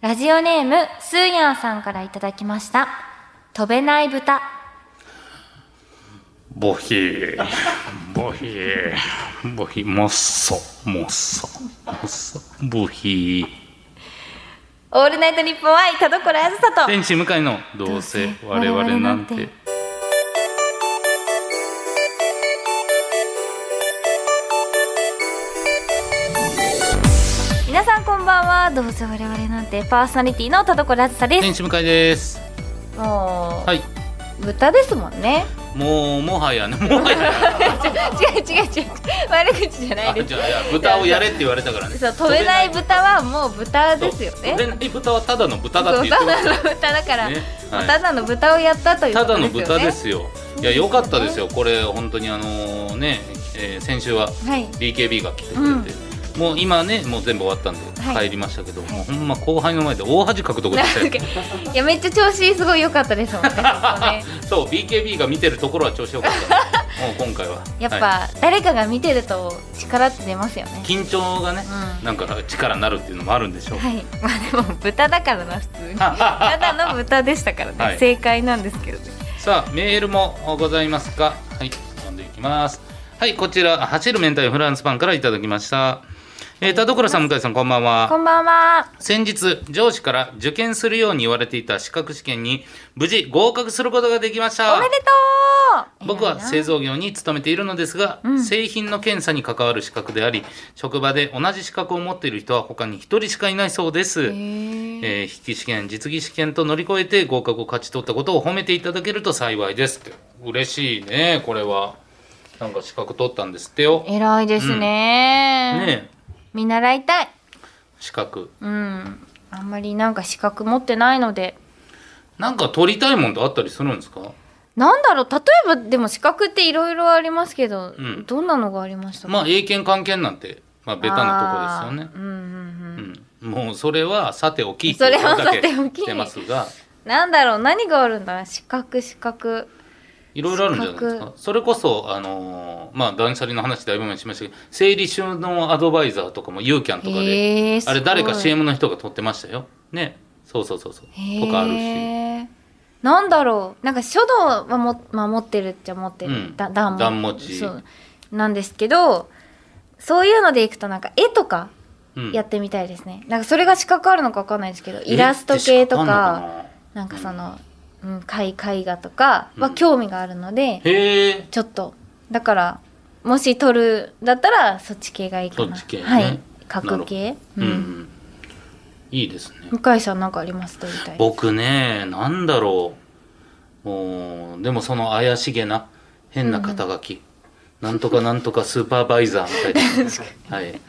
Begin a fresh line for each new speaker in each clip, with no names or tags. ラジオネーム、スーヤンさんからいただきました。飛べない豚。
ボヒー ボヒーボヒーモッソモッソモッソボヒ
オールナイトニッポン愛、田所あずさ
ー
と。
天使向かいのどうせ我々なんて
皆さんこんばんは。どうせ我々なんて、パーソナリティの田所あずさです。
天使向かいです
もう、
はい
豚ですもんね。
もうもはやね もはや
違う違う違う。悪口じゃない
あ
で
じ
す。
ゃあいや豚をやれって言われたからね
そう、飛べない豚はもう豚ですよ
そう
ね。
飛べない豚はただの豚だっ
そ
て
う
言って
ただ
ます
の豚だから、
ね
も
は
う
い
ただの豚をやったというこ
ただ
と
の
ですよね。
豚ですよ。いや、良かったです
よ
よ。これ、本当にあのね、えー先週は
ね。はい。
DKB が来てくれて、もう今ね、もう全部終わったんで、
はい
帰りましたけど、もうほんま後輩の前で大恥かくとこでした
な
よ。
んかいやめっちゃ調子すごい良かったですもんね。ここ ね
そう、BKB が見てるところは調子よかった。 もう今回は。
やっぱ、
は
誰かが見てると力って出ますよね
い。緊張がね、
うん
なんか力になるっていうのもあるんでしょう。
はい。まあでも豚だからな普通 に。ただの豚でしたからね。
はい
正解なんですけどね。
さあメールもございますかはい読んでいきますはいこちら走る明太フランスパンからいただきました、えー、田所さん向井さんこんばん
こ
は
んばんは。
先日上司から受験するように言われていた資格試験に無事合格することができました
おめでとう。
僕は製
造
造業に勤めているのですが、
うん
製品の検査に関わる資格であり職場で同じ資格を持っている人は他に1人しかいないそうです、えー筆記試験実技試験と乗り越えて合格を勝ち取ったことを褒めていただけると幸いですって嬉しいねこれはなんか資格取ったんですってよね
偉いですね,、
え
見習いたい。
資格
うん。あんまりなんか資格持ってないので。
なんか取りたいもんってあったりするんですか
なんだろう例えばでも資格っていろいろありますけど、
うん
どんなのがありましたか
まあ英検関係なんてまあベタなとこですよね
あーうんうんうん。
うん、もうそれはさておきっていうことだけ
それはさておき
してますが
なんだろう何があるんだ四角四角。
いろいろあるんじゃないです
資
かそれこそあのーまあ断捨離の話だいぶ前にしましたけど整理収納アドバイザーとかもユーキャンとかで
へーすご
あ
い
れ誰か CM の人が撮ってましたよ。ね。そうそうそうそう。とかあるし。
へーなんだろうなんか書道はも、まあ、持ってるっちゃ持ってる、
うん
だ段
段持ち
そうなんですけどそういうのでいくとなんか絵とか
うん
やってみたいですね、なんかそれが資格あるのかわかんないですけどイラスト系とか
えって資格あんのかな
なんかその、うん、絵絵画とかは
うん
興味があるので、
へえ。
ちょっとだからもし撮るんだったらそっち系がいいかな
そっち系ね
はい角系う
う
ん、
うんん。いいですね。
向井さんなんかあります撮りたい
僕ね、なんだろう。おーでもその怪しげな変な肩書き。なんとかなんとかスーパーバイザーみ たいな。はい。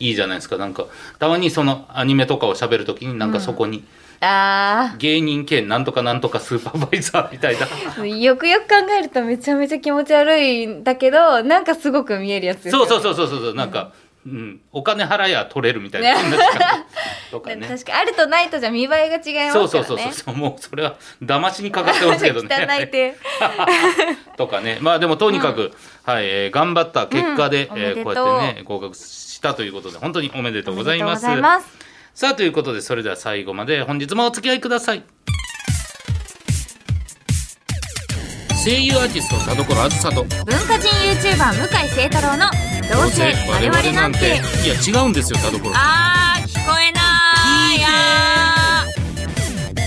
いいじゃないですか。なんか、たまにそのアニメとかを喋るときになんかそこに、
あ
芸人兼なんとかなんとかスーパーバイザーみた いな。
ーよくよく考えるとめちゃめちゃ気持ち悪いんだけどなんかすごく見えるやつですよ
そ
ね
うそうそうそうそう、なんか、うん、お金払や取れるみたい
ね
な。そんな時間 とか
ね
ね。
確かにあるとないとじゃ見栄えが違いますからね
そうそうそうそう、もうそれは騙しにかかってますけど
汚いっ
ね。
て
とかね、まあでもとにかく、はい、えー頑張った結果で、
うん
えー
おめでと
こ
う
うやってね、合格したということで、本当におめでとうございます。
おめでとうございます
さあということでそれでは最後まで本日もお付き合いください声優アーティスト田所あずさと
文化人 YouTuber 向井聖太郎の「どうせ我々なんて
いや違うんですよ田所」
あー聞こえないやー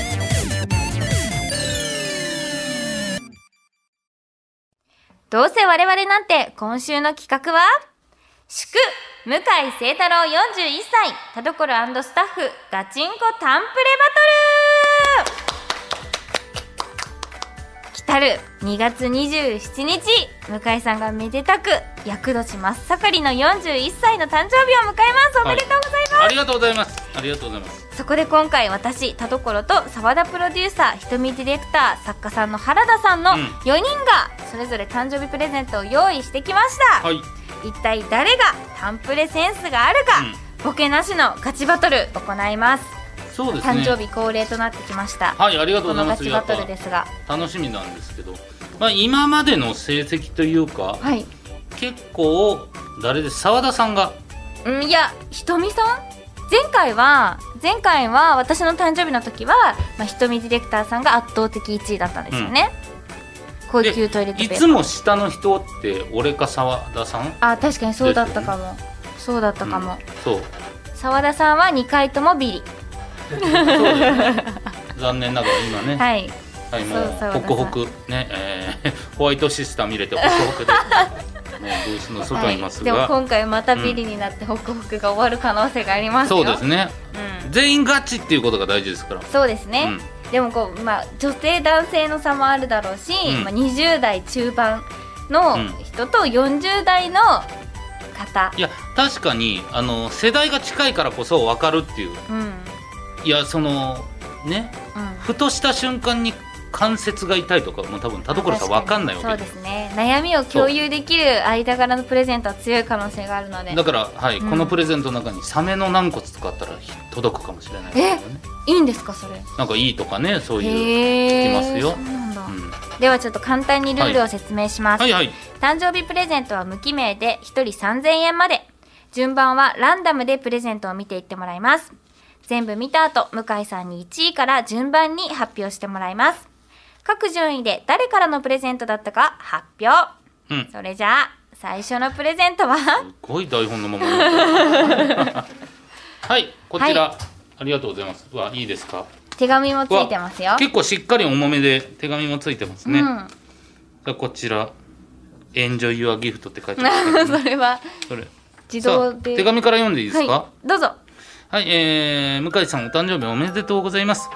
どうせ我々なんて今週の企画は祝向井聖太郎41歳田所スタッフガチンコタンプレバトル来たる2月27日向井さんがめでたく厄年真っ盛りの41歳の誕生日を迎えますおめでとうございます、
ありがとうございますありがとうございます
そこで今回私田所と澤田プロデューサー瞳ディレクター作家さんの原田さんの
うん
4人がそれぞれ誕生日プレゼントを用意してきました、
はい
一体誰がタンプレセンスがあるか、ボケなしのガチバトル行います
そうですね
誕生日恒例となってきました、
はいありがとう
こ
ご
の
ざいま
ガ
す
チバトルですが
やっぱ楽しみなんですけどまあ今までの成績というか、
はい、
結構誰で澤田さんが
うん、いや瞳さん前回は前回は私の誕生日の時は、まあ、瞳ディレクターさんが圧倒的1位だったんですよね、高級トイレットペ
い
ーパー
つも下の人って俺か澤田さん
あ確かにそうだったかも、そうだったかも、
そう
澤田さんは2回ともビリ
そうですね 残念ながら今ね、はい
はい
もう
そう
ホ
そう
クホクね、えー ホワイトシスター見れてホクホクで もうブースの外
はいい
ます
でも
が、
今回またビリになってホクホクが終わる可能性がありますよ
そうです
ね、
ね
うん、
全員ガチっていうことが大事ですから
そうですね、でもこう、まあ、女性男性の差もあるだろうし、
うん
まあ、20代中盤の人と40代の方
い、や確かにあの世代が近いからこそ分かるっていう
うんうん
いやそのねふとした瞬間に関節が痛いとかもう多分田所さん分かんないわけ
そうですね悩みを共有できる間柄のプレゼントは強い可能性があるので
だから、はい
うん
このプレゼントの中にサメの軟骨とかあったら届くかもしれないですけどね
いいんですかそれ
なんかいいとかねそういう、
へえ
聞きますよ
そうなんだ、
うん
ではちょっと簡単にルールを説明します、
はいはい
誕生日プレゼントは無記名で1人3000円まで順番はランダムでプレゼントを見ていってもらいます全部見た後向井さんに1位から順番に発表してもらいます各順位で誰からのプレゼントだったか発表
うん
それじゃあ最初のプレゼントは
すごい台本のまま読んでるはいこちら、ありがとうございますうわいいですか
手紙もついてますよ
わ、結構しっかり重めで手紙もついてますね、
うん、
さあこちら「Enjoy your gift」って書いてます けど、ね、
それは
それ
自
さあ
動で
手紙から読んでいいですか、
はい、どう ぞ
はい、えー、向井さんお誕生日おめでとうございます。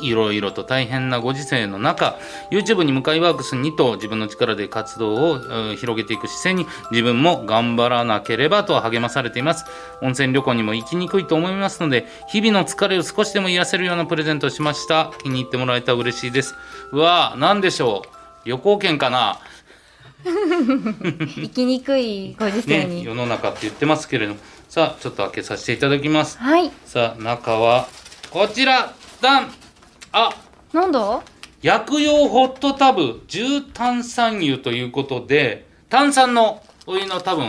いろいろと大変なご時世の中、YouTube に向井ワークスにと自分の力で活動をえー広げていく姿勢に自分も頑張らなければと励まされています。温泉旅行にも行きにくいと思いますので、日々の疲れを少しでも癒せるようなプレゼントをしました。気に入ってもらえたら嬉しいです。うわぁ、なんでしょう。旅行券かな
生きにくいご時世
ね、
に、
世の中って言ってますけれども。さあ、ちょっと開けさせていただきます。
はい
さあ中はこちらダンあ
なんだ
薬用ホットタブ重炭酸油ということで炭酸のお湯の多分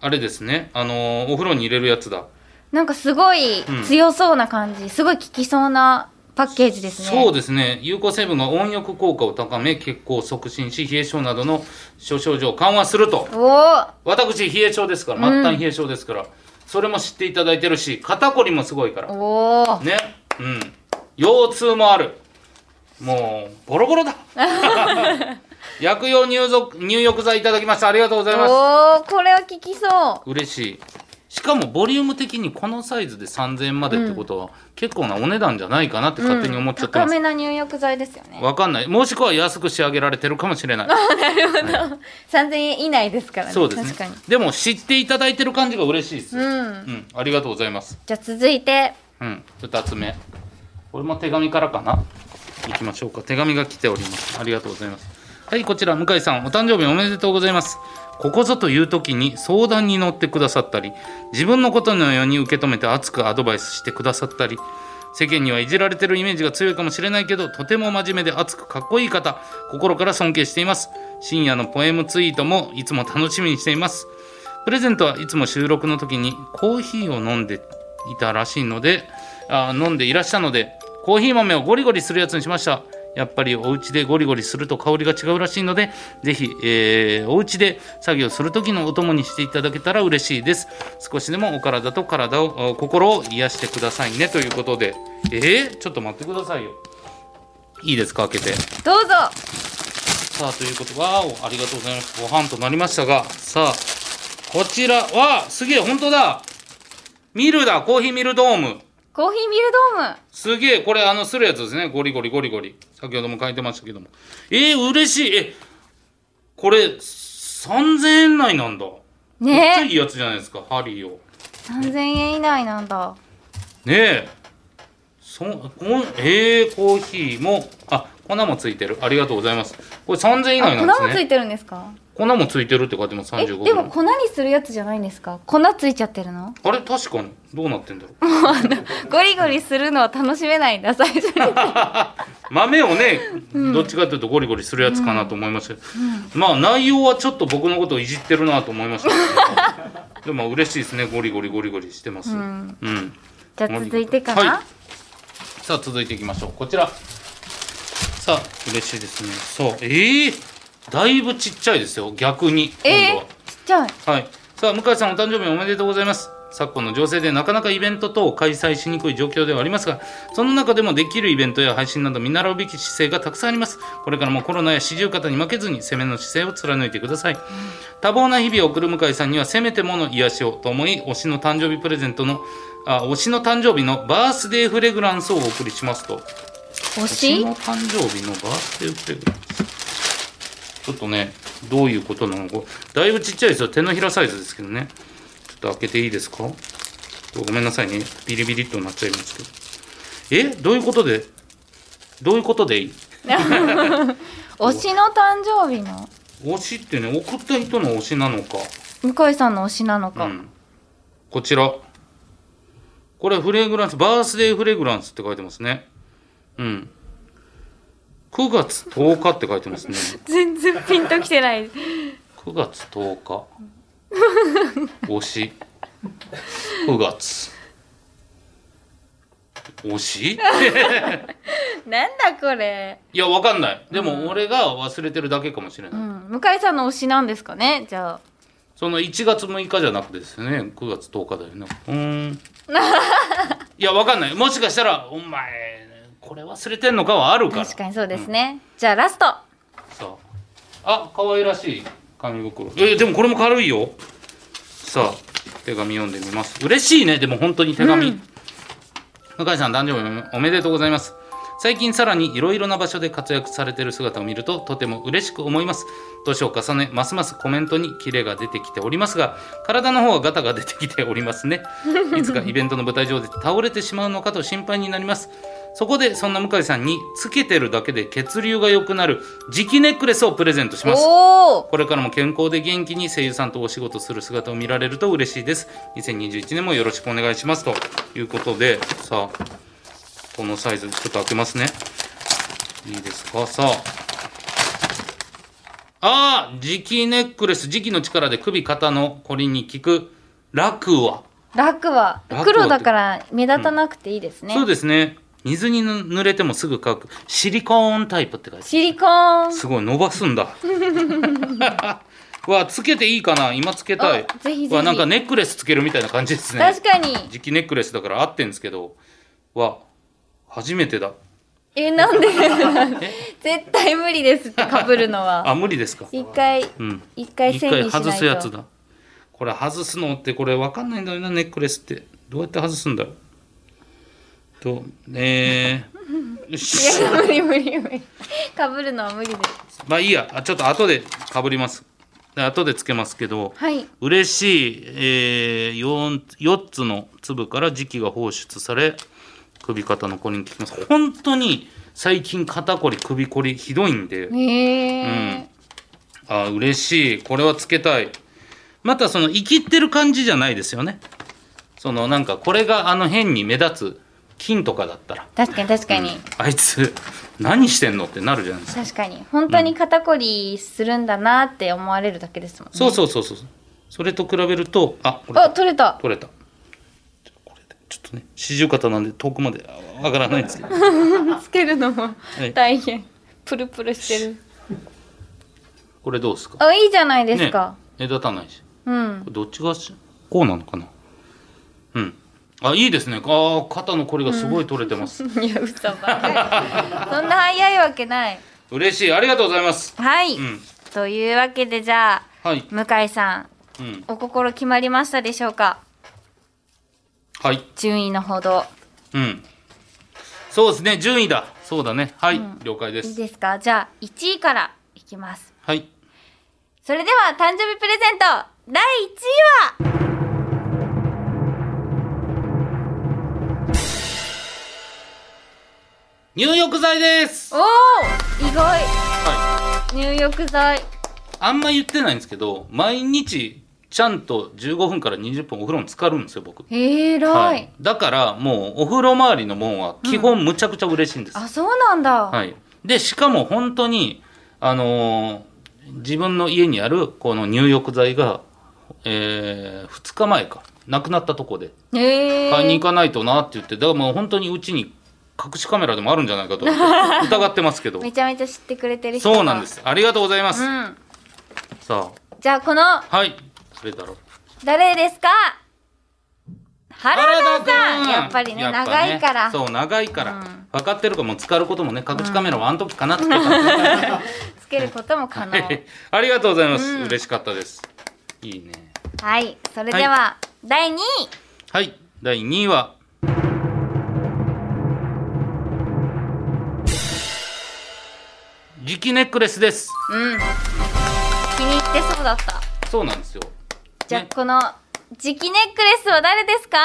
あれですねあのーお風呂に入れるやつだ、
なんかすごい
うん
強そうな感じ、すごい効きそうなパッケージですね。
そうですね有効成分が温浴効果を高め血行を促進し冷え症などの諸症状を緩和すると
おー
私冷え症ですから末端冷え症ですから、それも知っていただいてるし肩こりもすごいから
おー
ねうん腰痛もあるもうボロボロだ 薬用入浴入浴剤いただきましたありがとうございます
おーこれは効きそ
嬉しいしかもボリューム的にこのサイズで3000円までってことは、結構なお値段じゃないかなって
う。
勝手に思っちゃって
うん高
ます、
めな入浴剤ですよね。
わかんないもしくは安く仕上げられてるかもしれない
3000円以内ですからね。
そうですね
確かに。
でも知っていただいてる感じが嬉しいです、うん
うん。
ありがとうございます、
じゃあ続いて、
うん、2つ目これも手紙からかな行きましょうか手紙が来ておりますありがとうございますはいこちら向井さんお誕生日おめでとうございますここぞという時に相談に乗ってくださったり自分のことのように受け止めて熱くアドバイスしてくださったり世間にはいじられてるイメージが強いかもしれないけどとても真面目で熱くかっこいい方心から尊敬しています深夜のポエムツイートもいつも楽しみにしていますプレゼントはいつも収録の時にコーヒーを飲んでいたらしいのであ飲んでいらしたのでコーヒー豆をゴリゴリするやつにしましたやっぱりお家でゴリゴリすると香りが違うらしいのでぜひ、えーお家で作業する時のお供にしていただけたら嬉しいです少しでもお体と体をあ心を癒してくださいねということでえー、ちょっと待ってくださいよいいですか開けて
どうぞ
さあということわーおありがとうございますご飯となりましたがさあこちらわあすげえ本当だミルだコーヒーミルドーム
コーヒーミルドーム
すげえこれあのするやつですねゴリゴリゴリゴリ先ほども書いてましたけどもえー、嬉しいえこれ3000円内なんだめっちゃい
ね
いやつじゃないですかハリーを
3000円以内なんだ。
ねえそこんえー、コーヒーもあ粉もついてるありがとうございますこれ3000円以
あ
内
粉
なん
もつ
ですね
いてるんですか
粉もついてるって書いてます
え、
35
でも
グ
粉にするやつじゃないんですか粉ついちゃってるの
あれ確かにどうなってんだろう
ゴリゴリするのは楽しめないんだ、最初に。
豆をね、どっちかというとゴリゴリするやつかなと思いましたけど、まあ内容はちょっと僕のことをいじってるなと思いましたけど でも嬉しいですねゴリゴリゴリゴリしてます
う
うんん、
じゃあ続いてかな、
はいさあ続いていきましょうこちらさあ嬉しいですねそうええだいぶちっちゃいですよ逆に今
えー
度は、、
ちっちゃい
はい。さあ、向井さんお誕生日おめでとうございます。昨今の情勢でなかなかイベント等を開催しにくい状況ではありますが、その中でもできるイベントや配信など見習うべき姿勢がたくさんあります。これからもコロナや四十肩に負けずに攻めの姿勢を貫いてください。多忙な日々を送る向井さんにはせめてもの癒しをと思い、推しの誕生日プレゼントの、あ、推しの誕生日のバースデーフレグランスをお送りしますと。
推
推し
し
の誕生日のバースデーフレグランスちょっとねどういうことなのかだいぶちっちゃいですよ手のひらサイズですけどねちょっと開けていいですかごめんなさいねビリビリっとなっちゃいますけどえどういうことでどういうことでいい
推しの誕生日の
推しってね送った人の推しなのか
向井さんの推しなのか、
うん、こちらこれフレグランスバースデーフレグランスって書いてますねうん9月10日って書いてますね
全然ピンときてない
9月10日推し9月推し
なんだこれ、
いやわかんないでも俺が忘れてるだけかもしれ
う
ない、
ん、向井さんの推しなんですかねじゃあ
その1月6日じゃなくてですね9月10日だよね うーんいやわかんないもしかしたらお前これ忘れてんのかはあるから
確かにそうですね、じゃあラスト
さああ可愛らしい紙袋えーでもこれも軽いよさあ手紙読んでみます嬉しいねでも本当に手紙、
うん
向井さん誕生日おめでとうございます最近さらにいろいろな場所で活躍されてる姿を見るととても嬉しく思います年を重ねますますコメントにキレが出てきておりますが体の方はガタが出てきておりますねいつかイベントの舞台上で倒れてしまうのかと心配になりますそこでそんな向井さんにつけてるだけで血流が良くなる磁気ネックレスをプレゼントします
おお
これからも健康で元気に声優さんとお仕事する姿を見られると嬉しいです。2021年もよろしくお願いします。ということで、さあ、このサイズ、ちょっと開けますね。いいですかさあ。ああ磁気ネックレス、磁気の力で首肩のこりに効く、ラクア。
楽は
楽は
黒だから目立たなくていいですね、
そうですね。水にぬ濡れてもすぐ乾く、シリコーンタイプって書いてある
シリコーン
すごい伸ばすんだ。 わつけていいかな。今つけたい。
あぜひぜひ
わなんかネックレスつけるみたいな感じですね。
確かに
時期ネックレスだから合ってんですけど、わ初めてだ。
えなんで 絶対無理ですってかぶるのは
あ無理ですか。
一回
うん。
一回
一
整理しな
回
いと
外すやつだ。これ外すのってこれわかんないんだよなネックレスってどうやって外すんだろう。とえ ー、よし
いや無理無理無理かぶるのは無理です
まあいいや。あちょっと後でかぶります。で後でつけますけど。
はい
嬉しい、えー、4, 4つの粒から磁気が放出され首肩のこりに効きます本当に最近肩こり首こりひどいんで
へ
う
え
んあー嬉しいこれはつけたいまたその生きってる感じじゃないですよねそのなんかこれがあの変に目立つ金とかだったら
確かに確かに、
あいつ何してんのってなるじゃないですか
確かに本当に肩こりするんだなって思われるだけですもんね
そうそうそうそうそれと比べるとあこれ
あ取れた
取れたちょこれでちょっとね四十肩なんで遠くまであわからないんですけど
つけるのも
い
大変、プルプルしてる
これどうですか
あいいじゃないですか、
ね、目立たないし
うん
これどっちがしこうなのかなうんあいいですねあー肩のこりがすごい取れてます、
いや嘘ばっかりそんな早いわけない
嬉しいありがとうございます
はい、
うん
というわけでじゃあ
はい
向井さん
うん
お心決まりましたでしょうか
はい
順位のほど
うんそうですね順位だそうだねはい、了解で
いい
す
ですかじゃあ1位からいきます
はい
それでは誕生日プレゼント第1位は
入浴剤です
おお意外
はい
入浴剤
あんま言ってないんですけど毎日ちゃんと15分から20分お風呂に浸かるんですよ僕、
えらい、
はい、だからもうお風呂周りのもんは基本むちゃくちゃ嬉しいんです、
あそうなんだ、
はい、でしかも本当にあのー自分の家にあるこの入浴剤がえー、2日前か亡くなったとこで
えー、
買いに行かないとなって言ってだからもう本当にうちに隠しカメラでもあるんじゃないかと思って 疑ってますけど
めちゃめちゃ知ってくれてる人が
そうなんで、すありがとうございます、
うん、
さ
じゃあこの
あはいそれだろう
誰ですか原田さん
原田君
やっぱりね
やっぱ
長いから
そう長いから、
うん
分かってるからもう使うこともね隠しカメラはあん時かなって、
つけることも可能
ありがとうございます、
うん
嬉しかったですいいね
はいそれでは、第2位
はい第2位は磁気ネックレスです
うん気に入ってそうだった
そうなんですよ
じゃあ、
ね
この磁気ネックレスは誰ですか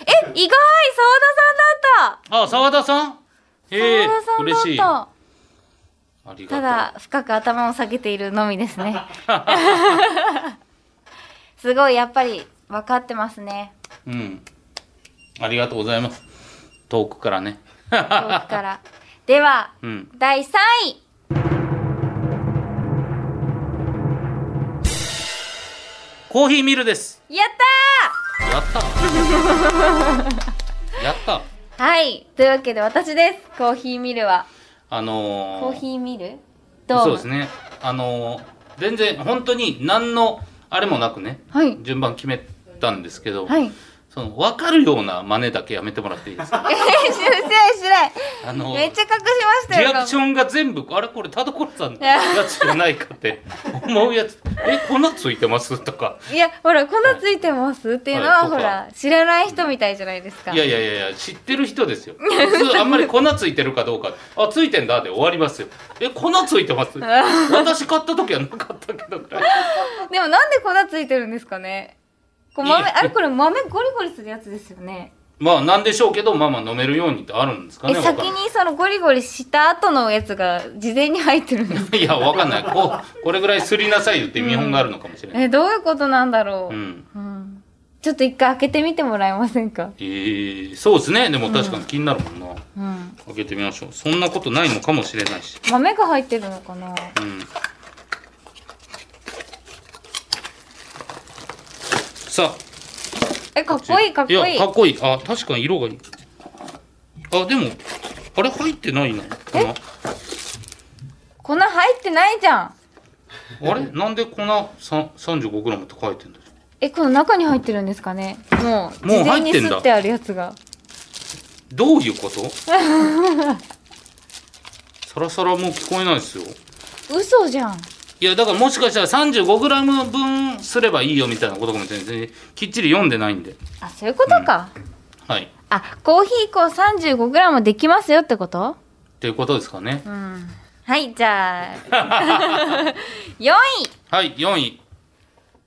え意外澤田さんだっ
あ澤田さん
た
へえ
澤田
嬉
さ
し
ん
い
だ
あ
っ
り
たた
が
だ深く頭を下げているのみです ねすごいやっぱり分かってますね
とううんありがとうございます遠くからね
遠くからでは
うん
第3位
コーヒーミルです
やっ
やっ たやっ
た
た
ーはいというわけで私ですコーヒーミルは
あのー
コーヒーミルドーム
そうですねあのー全然本当に何のあれもなくね
はい
順番決めたんですけど、
はい
その分かるような真似だけやめてもらってい いですか
えーしないしない
あのー
めっちゃ隠しましたよ
リアクションが全部あれこれ田所さんのやつじゃないかって思うやつ「え粉ついてます?」とか
いやほら粉ついてますっていうのは、
はい
ほら知らない人みたいじゃないですか
いやいやいやいや知ってる人ですよ普通あんまり粉ついてるかどうかあついてんだで終わりますよえ粉ついてま す私買った時はなかったけどぐらい
でもなんで粉ついてるんですかねこう
い
豆
や
あれこれ豆ゴリゴリするやつですよね
まあなんでしょうけどまあまあ飲めるようにってあるんですかね
え
わかん
先
ない
にそのゴリゴリした後のやつが事前に入ってるんですか
いやわかんないこうこれぐらいすりなさいよって見本があるのかもしれない、
えどういうことなんだろ
う
う、
ん
うんちょっと一回開けてみてもらえませんか
えーそうですねでも確かに気になるもんな、
うん
開けてみましょうそんなことないのかもしれないし
豆が入ってるのかな
うんさあ
えかっこいいかっこいい
やかっこいいあ確かに色がいいあでもあれ入ってないな粉
え粉入ってないじゃん
あれなんで粉さ 35g って書いてんだ
えこの中に入ってるんですかねもう
もう
事前
入
に
ってんだ
吸ってあるやつが
どういうこと サラサラもう聞こえないですよ
嘘じゃん
いやだからもしかしたら 35g 分すればいいよみたいなことかもしれないですねきっちり読んでないんで
あそういうことか、
はい
あコーヒー粉35グラムできますよってこと
っていうことですかね
うんはいじゃあ 4
はい4位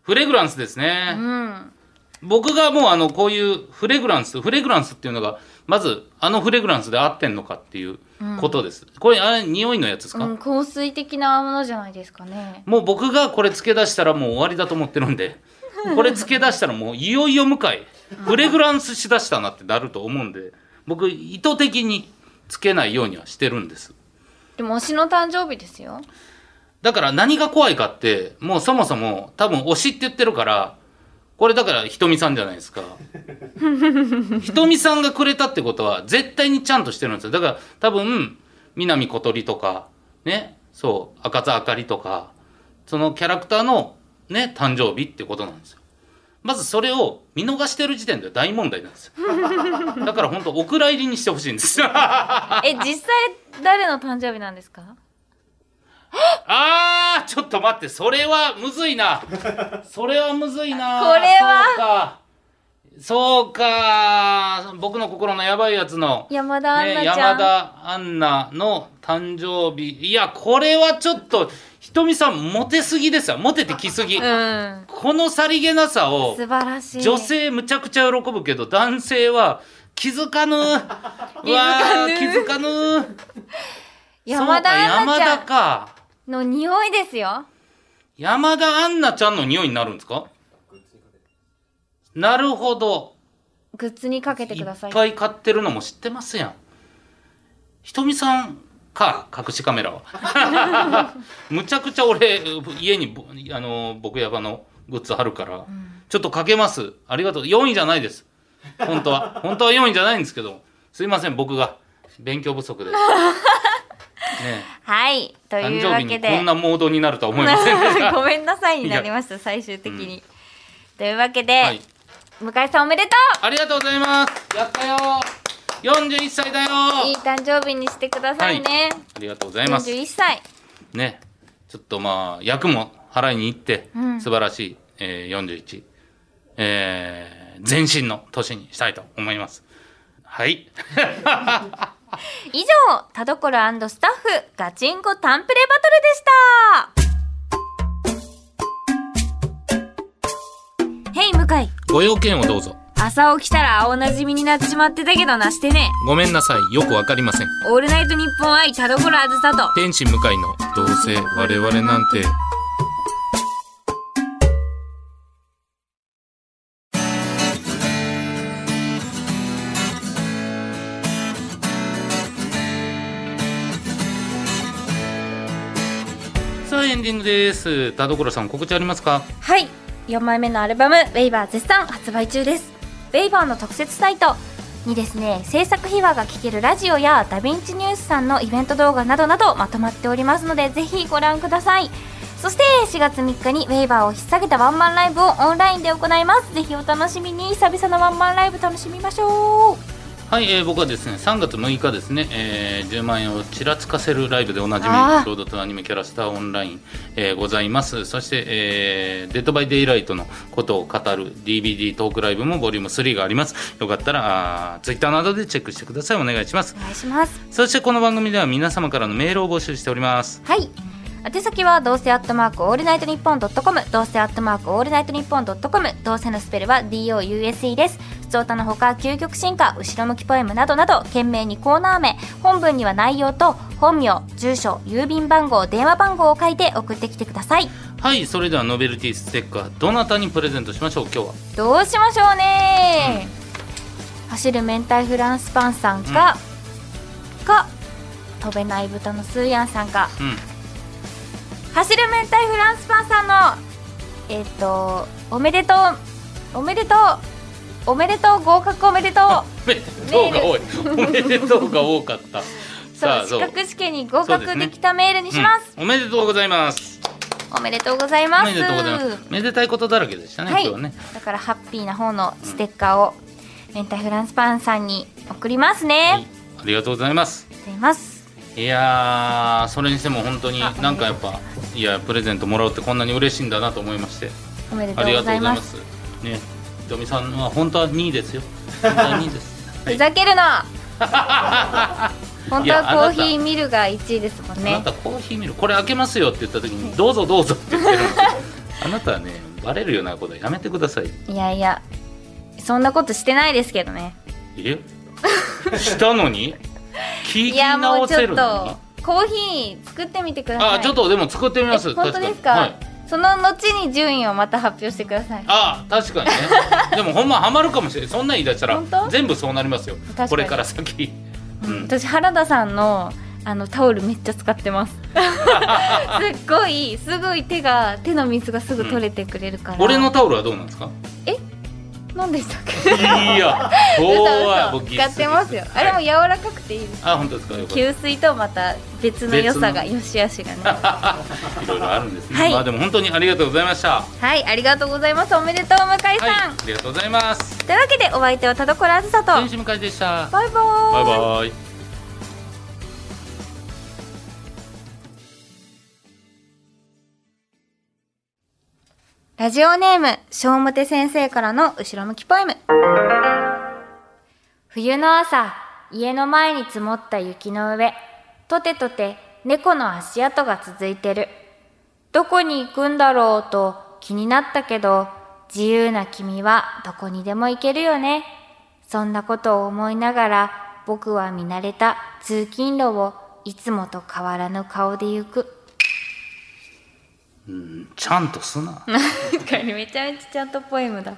フレグランスです
位う
ね、
ん
僕がもうあのこういうフレグランスフレグランスっていうのがまずあのフレグランスで合ってんのかっていうことです、これあれ匂いのやつですか、
うん、香水的なものじゃないですかね
もう僕がこれ付け出したらもう終わりだと思ってるんでこれ付け出したらもういよいよ向かいフレグランスしだしたなってなると思うんで僕意図的に付けないようにはしてるんです
でも推しの誕生日ですよ
だから何が怖いかってもうそもそも多分推しって言ってるからこれだからひとみさんじゃないですかひとみさんがくれたってことは絶対にちゃんとしてるんですよだから多分南小鳥とかねそう赤座あかりとかそのキャラクターのね誕生日ってことなんですよまずそれを見逃してる時点で大問題なんですよだから本当お蔵入りにしてほしいんですよあ
え実際誰の誕生日なんですか
ーちょっと待ってそれはむずいなそれはむずいな
これ
はそうかそうか僕の心のやばいやつの
山田アン
ね、
ナちゃ
山
ん、
田アンナの誕生日いやこれはちょっとひとみさんモテすぎですよモテてきすぎ、
うん
このさりげなさを
素晴らしい
女性むちゃくちゃ喜ぶけど男性は気づ かぬうわー気づかぬ
山田アンナ
そう
ち
か
ゃ
山田か
んの匂いですよ
山田アンナちゃんの匂いになるんですかなるほど
グッズにかけて
い
く
っ
ださい
ぱい買ってるのも知ってますやんひとみさんか隠 しカメラはむちゃくちゃ俺家にぼあの僕やばのグッズあるから、
ん
ちょっとかけますありがとう4位じゃないです本当は本当は4位じゃないんですけどすいません僕が勉強 不足で、ね
はいと
え、
い
誕
うわ
生日
け
に
で
こんなモードになるとは思いませんで した
ごめんなさいになりました最終的に、というわけで、
はい
向井さんおめでと
ありがとうございますやったよ41歳だよ
ういい誕生日にしてくださいね、
ありがとうございます
41歳
ねちょっとまあ役も払いに行って、
うん
素晴らしい、えー、41えー、全身の年にしたいと思いますはい
以上田所スタッフガチンコタンプレバトルでしたヘイ向井
ご用件をどうぞ
朝起きたら青なじみになってしまってたけどなしてね
ごめんなさいよくわかりません
オールナイトニッポン愛田所あずさと
天使向かいのどうせ我々なんてさあエンディングです田所さん告知ありますか
はい4枚目のアルバム「ウェイバー絶賛発売中ですウェイバーの特設サイトにですね制作秘話が聞けるラジオやダヴィンチニュースさんのイベント動画などなどまとまっておりますのでぜひご覧くださいそして4月3日にウェイバーを引っ提げたワンマンライブをオンラインで行いますぜひお楽しみに久々のワンマンライブ楽しみましょう
はい、えー僕はですね3月6日ですね、えー10万円をちらつかせるライブでおなじみ
あー
ロードとアニメキャラスターオンライン、えーございますそして、えーデッドバイデイライトのことを語る DVD トークライブもボリューム3がありますよかったらあー Twitter などでチェックしてくださいお願いします
お願いします
そしてこの番組では皆様からのメールを募集しております
はい宛先はどうせアットマークオールナイトニッポンドットコムどうせアットマークオールナイトニッポンドットコムどうせのスペルは DOUSE です普通歌のほか究極進化後ろ向きポエムなどなど懸命にコーナー名本文には内容と本名住所郵便番号電話番号を書いて送ってきてください
はいそれではノベルティステッカーどなたにプレゼントしましょう今日は
どうしましょうね、走る明太フランスパンさんか、か飛べない豚のスーヤンさんか
うん
走る明太フランスパンさんのえっ、とおめでとうおめでとうおめでとう合格おめでとう
おめでとうが多いおめでとうが多かったさ
そ
あ
う
ど
資
う
格試験に合
そうで
格
すね
できたメールにします
うんおめでとうございます
おめでとうございます
おめでとうございます。めでたいことだらけでしたね、
はい
今日はね。
だからハッピーな方のステッカーを、明太フランスパンさんに送りますね、
はい、ありがとうございます。
ありがとうございます
いやー、それにしても本当に
あ
なんかやっぱ、いや、プレゼントもらうってこんなに嬉しいんだなと思いまして。
おめでと
あ
う
り
ご
がとう
ざ
ござ
い
い
ま
ま
す
す。ね、ひとみさんは本当は2位ですよ。本当は2位です。
ふざけるな本当
い や
はコーヒ
あな
ーミルが1位ですもん
あ
ね
なたコーヒー見る、これ開けますよって言った時に、どうぞどうぞって言ってる の。あなたはね、バレるようなことやめてください。
いやいやそんなことしてないですけどね
えした のに聞き
いやも
直
うちょ
せ
っ
るのに
とコーヒー作ってみてください
あ、ちょっとでも作ってみます。
え本当ですか
確にはい
その後に順位をまた発表してください
ああ確 かにねでもほんまハマるかもしれないそんなん言い出したら
本当
全部そうなりますよ
確かに
これから先うん
私原田さんのあのタオルめっちゃ使って ますすっごいすごい手が手の水がすぐ取れてくれるから、
俺のタオルはどうなんですか
何でしたっけ
いや怖い
嘘
僕
嘘
ギ
使
ス
ってますよ
ギス
あれも
はい
柔らかくていいです
あ本当ですかよかっ
吸水とまた別の良さが良し悪しがね
たいろいろあるんですね、
はい
まあでも本当にありがとうございましたは
はいありがとうございますおめでとう向井さん、
いありがとうございます
というわけでお相手は田所あずさと
天使向かいでした
バイバー
バイバイ
ラジオネーム、小もて先生からの後ろ向きポエム。冬の朝、家の前に積もった雪の上、とてとて猫の足跡が続いてる。どこに行くんだろうと気になったけど、自由な君はどこにでも行けるよね。そんなことを思いながら、僕は見慣れた通勤路をいつもと変わらぬ顔で行 く。
うんちゃんとすな
なんかめちゃめちゃちゃんとポエムだ。